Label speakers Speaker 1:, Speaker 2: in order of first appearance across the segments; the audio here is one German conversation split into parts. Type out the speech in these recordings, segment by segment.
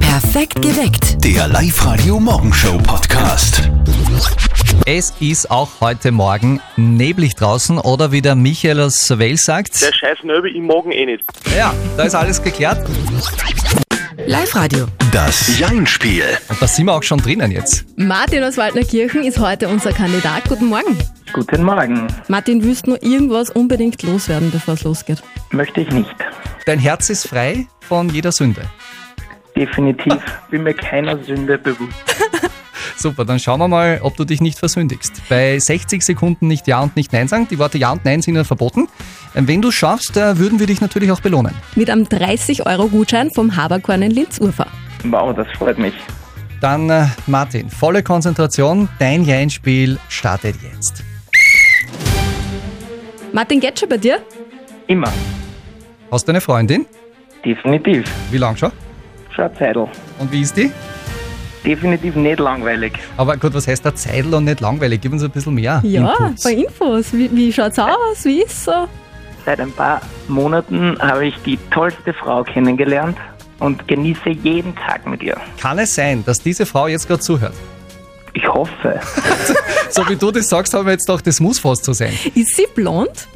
Speaker 1: Perfekt geweckt.
Speaker 2: Der Live-Radio Morgenshow Podcast.
Speaker 3: Es ist auch heute Morgen neblig draußen oder wie der Michael aus Well sagt.
Speaker 4: Der scheiß Nöbel, ich mag ihn eh nicht.
Speaker 3: Ja, da ist alles geklärt.
Speaker 1: Live-Radio.
Speaker 2: Das Jein-Spiel.
Speaker 3: Und da sind wir auch schon drinnen jetzt.
Speaker 5: Martin aus Waldnerkirchen ist heute unser Kandidat. Guten Morgen.
Speaker 6: Guten Morgen.
Speaker 5: Martin, willst nur irgendwas unbedingt loswerden, bevor es losgeht?
Speaker 6: Möchte ich nicht.
Speaker 3: Dein Herz ist frei von jeder Sünde.
Speaker 6: Definitiv bin mir keiner Sünde bewusst.
Speaker 3: Super, dann schauen wir mal, ob du dich nicht versündigst. Bei 60 Sekunden nicht Ja und nicht Nein sagen. Die Worte Ja und Nein sind ja verboten. Wenn du schaffst, äh, würden wir dich natürlich auch belohnen.
Speaker 5: Mit einem 30-Euro-Gutschein vom Haberkorn in Linz-Urfahr.
Speaker 6: Wow, das freut mich.
Speaker 3: Dann, äh, Martin, volle Konzentration. Dein Jeinspiel startet jetzt.
Speaker 5: Martin, geht schon bei dir?
Speaker 6: Immer.
Speaker 3: Hast du eine Freundin?
Speaker 6: Definitiv.
Speaker 3: Wie lang schon?
Speaker 6: Schon Zeitl.
Speaker 3: Und wie ist die?
Speaker 6: Definitiv nicht langweilig.
Speaker 3: Aber gut, was heißt da Zeitl und nicht langweilig? Gib uns ein bisschen mehr.
Speaker 5: Ja,
Speaker 3: Inputs.
Speaker 5: bei Infos. Wie, wie schaut's aus? Wie ist so?
Speaker 6: Seit ein paar Monaten habe ich die tollste Frau kennengelernt und genieße jeden Tag mit ihr.
Speaker 3: Kann es sein, dass diese Frau jetzt gerade zuhört?
Speaker 6: Ich hoffe.
Speaker 3: So wie du das sagst, haben wir jetzt doch, das muss fast so sein.
Speaker 5: Ist sie blond?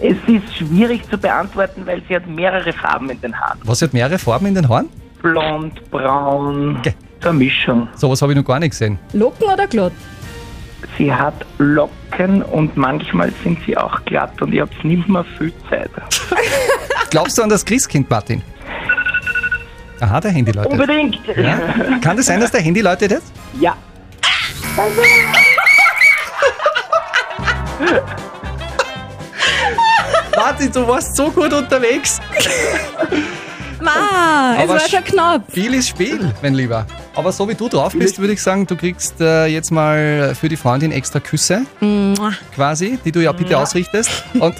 Speaker 6: es ist schwierig zu beantworten, weil sie hat mehrere Farben in den Haaren.
Speaker 3: Was hat mehrere Farben in den Haaren?
Speaker 6: Blond, braun,
Speaker 3: Ge-
Speaker 6: Vermischung.
Speaker 3: Sowas habe ich noch gar nicht gesehen.
Speaker 5: Locken oder glatt?
Speaker 6: Sie hat Locken und manchmal sind sie auch glatt und ich habe nicht mehr viel Zeit.
Speaker 3: Glaubst du an das Christkind, Martin? Aha, der Handy läutet.
Speaker 6: Unbedingt!
Speaker 3: Ja? Kann das sein, dass der Handy läutet jetzt?
Speaker 6: Ja.
Speaker 3: Martin, du warst so gut unterwegs.
Speaker 5: Ma, es
Speaker 3: Aber
Speaker 5: war
Speaker 3: sch-
Speaker 5: schon knapp.
Speaker 3: Vieles Spiel, mein Lieber. Aber so wie du drauf bist, würde ich sagen, du kriegst äh, jetzt mal für die Freundin extra Küsse,
Speaker 5: Mua.
Speaker 3: quasi, die du ja bitte ausrichtest. Und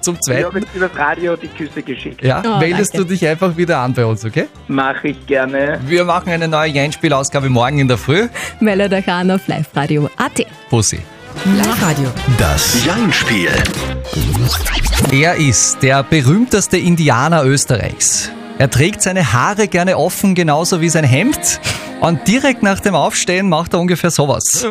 Speaker 3: zum
Speaker 6: Ich habe
Speaker 3: Zweiten,
Speaker 6: jetzt übers Radio die Küsse geschickt.
Speaker 3: ja,
Speaker 5: Oh,
Speaker 3: meldest du
Speaker 5: danke.
Speaker 3: dich einfach wieder an bei uns, okay?
Speaker 6: Mache ich gerne.
Speaker 3: Wir machen eine neue Jeinspielausgabe morgen in der Früh.
Speaker 5: Meldet euch an auf liveradio.at.
Speaker 3: Pussy.
Speaker 1: Live-Radio.
Speaker 2: Das Jein-Spiel.
Speaker 3: Er ist der berühmteste Indianer Österreichs. Er trägt seine Haare gerne offen, genauso wie sein Hemd. Und direkt nach dem Aufstehen macht er ungefähr sowas.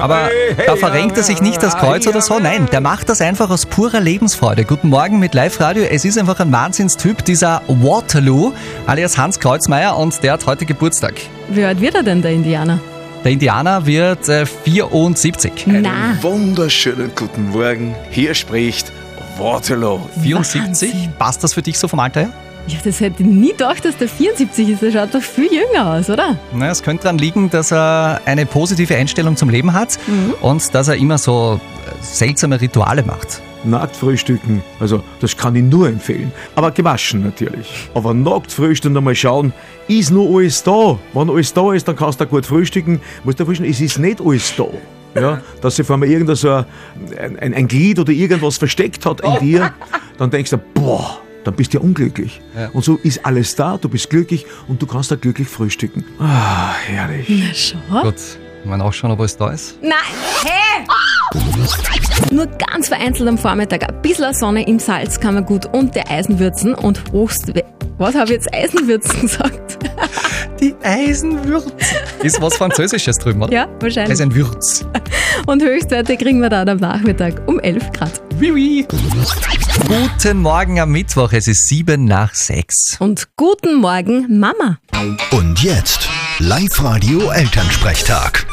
Speaker 3: Aber da verrenkt er sich nicht das Kreuz oder so. Nein, der macht das einfach aus purer Lebensfreude. Guten Morgen mit Live Radio. Es ist einfach ein Wahnsinnstyp, dieser Waterloo, alias Hans Kreuzmeier, und der hat heute Geburtstag.
Speaker 5: Wie alt wird er denn, der Indianer?
Speaker 3: Der Indianer wird äh, 74.
Speaker 5: Na,
Speaker 7: Wunderschönen guten Morgen. Hier spricht Waterloo.
Speaker 3: 74?
Speaker 5: Wahnsinn.
Speaker 3: Passt das für dich so vom Alter her?
Speaker 5: ja, das hätte ich nie gedacht, dass der 74 ist. Der schaut doch viel jünger aus, oder?
Speaker 3: Na, es könnte daran liegen, dass er eine positive Einstellung zum Leben hat
Speaker 1: Mhm.
Speaker 3: und dass er immer so äh, seltsame Rituale macht.
Speaker 8: Nackt frühstücken, also das kann ich nur empfehlen. Aber gewaschen natürlich. Aber nackt frühstücken und mal schauen, ist nur alles da. Wenn alles da ist, dann kannst du auch gut frühstücken. Musst du frühstücken, es ist nicht alles da. Ja, dass sich vor allem irgendein so ein, ein, ein Glied oder irgendwas versteckt hat in dir, dann denkst du, boah, dann bist du ja unglücklich. Und so ist alles da, du bist glücklich und du kannst da glücklich frühstücken. Ah, herrlich.
Speaker 5: Na
Speaker 1: Ah.
Speaker 5: schon.
Speaker 3: Gut, man auch schon, ob alles da ist.
Speaker 5: Nein, hä? Nur ganz vereinzelt am Vormittag. Ein bisschen Sonne im Salz kann man gut und der Eisenwürzen und Hochst... Was habe ich jetzt Eisenwürzen gesagt?
Speaker 3: Die Eisenwürz. Ist was Französisches drüben, oder?
Speaker 5: Ja, wahrscheinlich.
Speaker 3: Eisenwürz.
Speaker 5: Und Höchstwerte kriegen wir dann am Nachmittag um 11 Grad.
Speaker 3: Oui, oui. Guten Morgen am Mittwoch, es ist sieben nach sechs.
Speaker 5: Und guten Morgen, Mama.
Speaker 2: Und jetzt Live-Radio Elternsprechtag.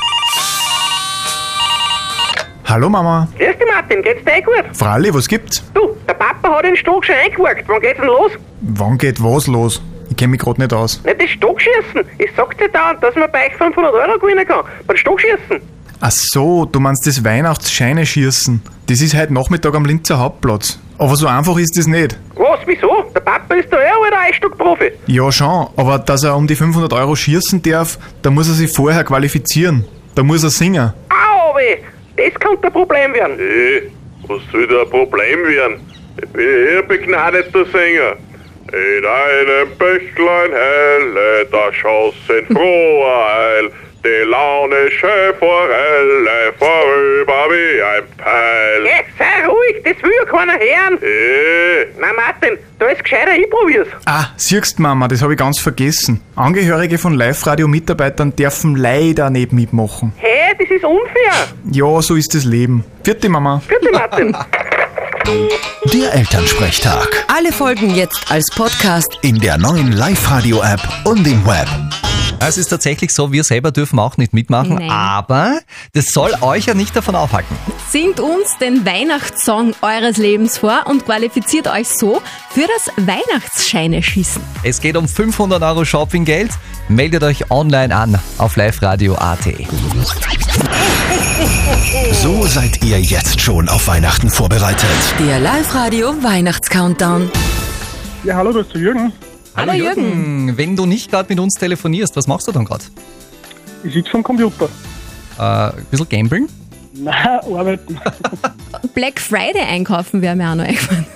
Speaker 9: Hallo Mama.
Speaker 10: Grüß dich, Martin, geht's dir eh gut?
Speaker 9: Fralli, was gibt's?
Speaker 10: Du, der Papa hat den Stock schon eingeworkt. Wann geht's denn los?
Speaker 9: Wann geht was los? Ich kenne mich gerade nicht aus.
Speaker 10: Nicht das Stockschießen. Ich sag dir dauernd, dass man bei euch 500 Euro gewinnen kann. Beim Stockschießen.
Speaker 9: Ach so, du meinst das Weihnachtsscheine schießen. Das ist halt heute Nachmittag am Linzer Hauptplatz. Aber so einfach ist das nicht.
Speaker 10: Was, wieso? Der Papa ist da eh ein alter Eisstockprofi.
Speaker 9: Ja schon, aber dass er um die 500 Euro schießen darf, da muss er sich vorher qualifizieren. Da muss er singen.
Speaker 10: Au, weh. Das könnte ein Problem werden.
Speaker 11: Hey, Äh, was soll da ein Problem werden? Ich bin hier begnadeter Sänger. In einem Bächlein helle, äh, da schoss in froher Eil die launische Forelle vorüber äh, wie ein Pfeil.
Speaker 10: Yes, Äh, Sei ruhig, das will ja keiner hören.
Speaker 11: Äh.
Speaker 10: Na Martin, da ist gescheiter, ich probier's.
Speaker 9: Ah, siehst Mama, das habe ich ganz vergessen. Angehörige von Live-Radio-Mitarbeitern dürfen leider nicht mitmachen.
Speaker 10: Hä, das ist unfair.
Speaker 9: Ja, so ist das Leben. Vierte Mama.
Speaker 10: Bitte Martin.
Speaker 2: Der Elternsprechtag.
Speaker 1: Alle Folgen jetzt als Podcast.
Speaker 2: In der neuen Live-Radio-App und im Web.
Speaker 3: Es ist tatsächlich so, wir selber dürfen auch nicht mitmachen,
Speaker 5: Nein.
Speaker 3: aber das soll euch ja nicht davon aufhalten.
Speaker 5: Singt uns den Weihnachtssong eures Lebens vor und qualifiziert euch so für das Weihnachtsscheineschießen.
Speaker 3: Es geht um 500 Euro Shoppinggeld. Meldet euch online an auf liveradio.at.
Speaker 2: So seid ihr jetzt schon auf Weihnachten vorbereitet.
Speaker 1: Der Live-Radio Weihnachts-Countdown.
Speaker 12: Ja, hallo, das ist der Jürgen.
Speaker 3: Hallo Jürgen, wenn du nicht gerade mit uns telefonierst, was machst du dann gerade?
Speaker 12: Ich sitze vom Computer.
Speaker 3: Äh, ein bisschen gambling?
Speaker 12: Na, arbeiten.
Speaker 5: Black Friday einkaufen wäre mir auch noch eingefallen.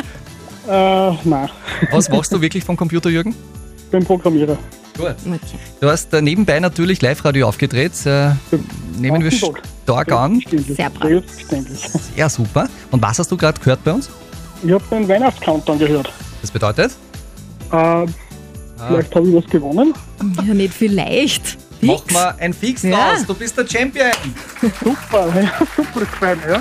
Speaker 12: äh, nein.
Speaker 3: Was machst du wirklich vom Computer, Jürgen?
Speaker 12: Ich bin Programmierer.
Speaker 3: Gut. Du hast äh, nebenbei natürlich Live-Radio aufgedreht. Äh, nehmen wir
Speaker 12: Guten Tag.
Speaker 3: stark an.
Speaker 12: Sehr brav. Selbstverständlich.
Speaker 3: Ja, super. Und was hast du gerade gehört bei uns?
Speaker 12: Ich habe den Weihnachtscountdown gehört.
Speaker 3: Das bedeutet?
Speaker 12: Äh, Vielleicht habe ich was gewonnen.
Speaker 5: Ja, nicht vielleicht.
Speaker 3: Mach mal ein Fix
Speaker 5: Ja.
Speaker 3: draus, du bist der Champion.
Speaker 12: Super, ja, super gefallen, ja.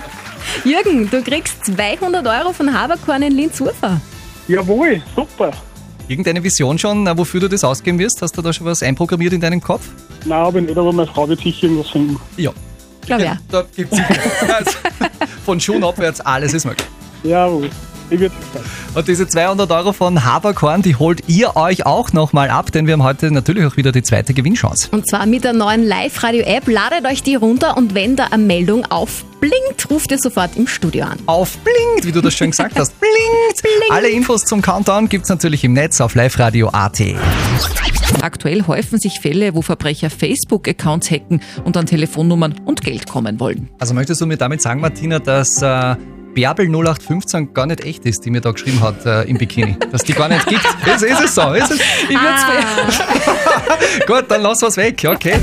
Speaker 5: Jürgen, du kriegst 200 Euro von Haberkorn in Linz-Ufer.
Speaker 12: Jawohl, super.
Speaker 3: Irgendeine Vision schon, äh, wofür du das ausgeben wirst? Hast du da schon was einprogrammiert in deinem Kopf?
Speaker 12: Nein, aber nicht, aber meine Frau wird sicher irgendwas finden.
Speaker 3: Ja.
Speaker 5: Glaub ja.
Speaker 3: Da gibt's also, von Schuhen abwärts, alles ist möglich.
Speaker 12: Jawohl. Ich würde
Speaker 3: Und diese 200 Euro von Haberkorn, die holt ihr euch auch nochmal ab, denn wir haben heute natürlich auch wieder die zweite Gewinnchance.
Speaker 5: Und zwar mit der neuen Live-Radio-App. Ladet euch die runter und wenn da eine Meldung aufblinkt, ruft ihr sofort im Studio an.
Speaker 3: Aufblinkt, wie du das schön gesagt hast. Blinkt! Alle Infos zum Countdown gibt's natürlich im Netz auf liveradio.at.
Speaker 13: Aktuell häufen sich Fälle, wo Verbrecher Facebook-Accounts hacken und an Telefonnummern und Geld kommen wollen.
Speaker 3: Also möchtest du mir damit sagen, Martina, dass äh, Bärbel 0815 gar nicht echt ist, die mir da geschrieben hat äh, im Bikini? dass die gar nicht gibt? Ist, ist es so? Ist es? Ich würd's
Speaker 5: Ah.
Speaker 3: Gut, dann lass was weg, okay?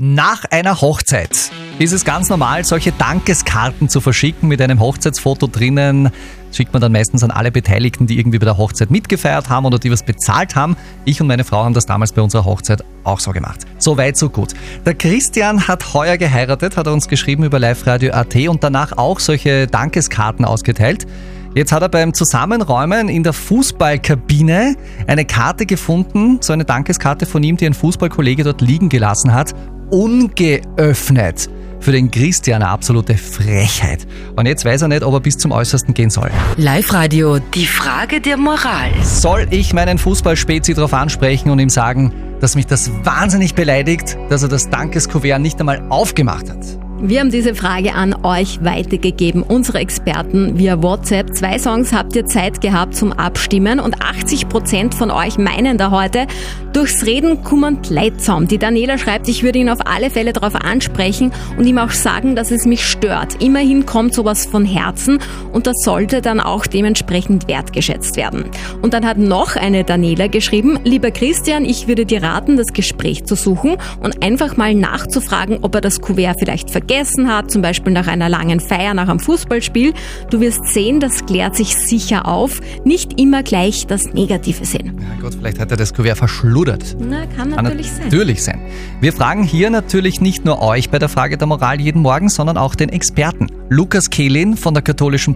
Speaker 3: Nach einer Hochzeit ist es ganz normal, solche Dankeskarten zu verschicken mit einem Hochzeitsfoto drinnen. Das Schickt man dann meistens an alle Beteiligten, die irgendwie bei der Hochzeit mitgefeiert haben oder die was bezahlt haben. Ich und meine Frau haben das damals bei unserer Hochzeit auch so gemacht. So weit, so gut. Der Christian hat heuer geheiratet, hat er uns geschrieben über liveradio.at und danach auch solche Dankeskarten ausgeteilt. Jetzt hat er beim Zusammenräumen in der Fußballkabine eine Karte gefunden, so eine Dankeskarte von ihm, die ein Fußballkollege dort liegen gelassen hat, ungeöffnet. Für den Christian eine absolute Frechheit. Und jetzt weiß er nicht, ob er bis zum Äußersten gehen soll.
Speaker 1: Live-Radio, die Frage der Moral.
Speaker 3: Soll ich meinen Fußballspezi darauf ansprechen und ihm sagen, dass mich das wahnsinnig beleidigt, dass er das Dankeskuvert nicht einmal aufgemacht hat?
Speaker 5: Wir haben diese Frage an euch weitergegeben, unsere Experten via WhatsApp. Zwei Songs habt ihr Zeit gehabt zum Abstimmen und 80% von euch meinen da heute, durchs Reden kommen die Leute zusammen. Die Daniela schreibt, ich würde ihn auf alle Fälle darauf ansprechen und ihm auch sagen, dass es mich stört. Immerhin kommt sowas von Herzen und das sollte dann auch dementsprechend wertgeschätzt werden. Und dann hat noch eine Daniela geschrieben, lieber Christian, ich würde dir raten, das Gespräch zu suchen und einfach mal nachzufragen, ob er das Kuvert vielleicht vergessen hat, zum Beispiel nach einer langen Feier, nach einem Fußballspiel. Du wirst sehen, das klärt sich sicher auf. Nicht immer gleich das Negative sehen.
Speaker 3: Na gut, vielleicht hat er das Kuvert verschluddert.
Speaker 5: Na, kann
Speaker 3: Kann
Speaker 5: natürlich sein.
Speaker 3: Natürlich sein. Wir fragen hier natürlich nicht nur euch bei der Frage der Moral jeden Morgen, sondern auch den Experten. Lukas Kehlin von der Katholischen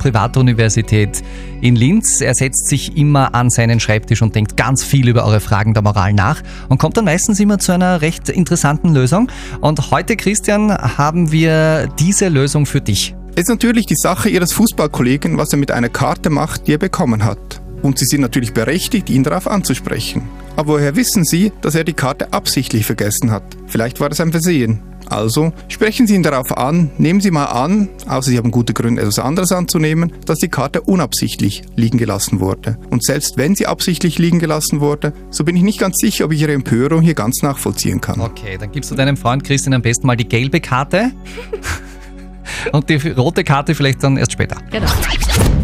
Speaker 3: Privatuniversität in Linz. Er setzt sich immer an seinen Schreibtisch und denkt ganz viel über eure Fragen der Moral nach und kommt dann meistens immer zu einer recht interessanten Lösung. Und heute, Christian, haben wir diese Lösung für dich.
Speaker 14: Es ist natürlich die Sache ihres Fußballkollegen, was er mit einer Karte macht, die er bekommen hat. Und sie sind natürlich berechtigt, ihn darauf anzusprechen. Aber woher wissen sie, dass er die Karte absichtlich vergessen hat? Vielleicht war es ein Versehen. Also sprechen Sie ihn darauf an, nehmen Sie mal an, außer Sie haben gute Gründe, etwas anderes anzunehmen, dass die Karte unabsichtlich liegen gelassen wurde. Und selbst wenn sie absichtlich liegen gelassen wurde, so bin ich nicht ganz sicher, ob ich Ihre Empörung hier ganz nachvollziehen kann.
Speaker 3: Okay, dann gibst du deinem Freund Christian am besten mal die gelbe Karte und die rote Karte vielleicht dann erst später.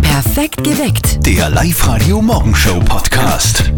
Speaker 1: Perfekt geweckt.
Speaker 2: Der Live-Radio Morgenshow Podcast.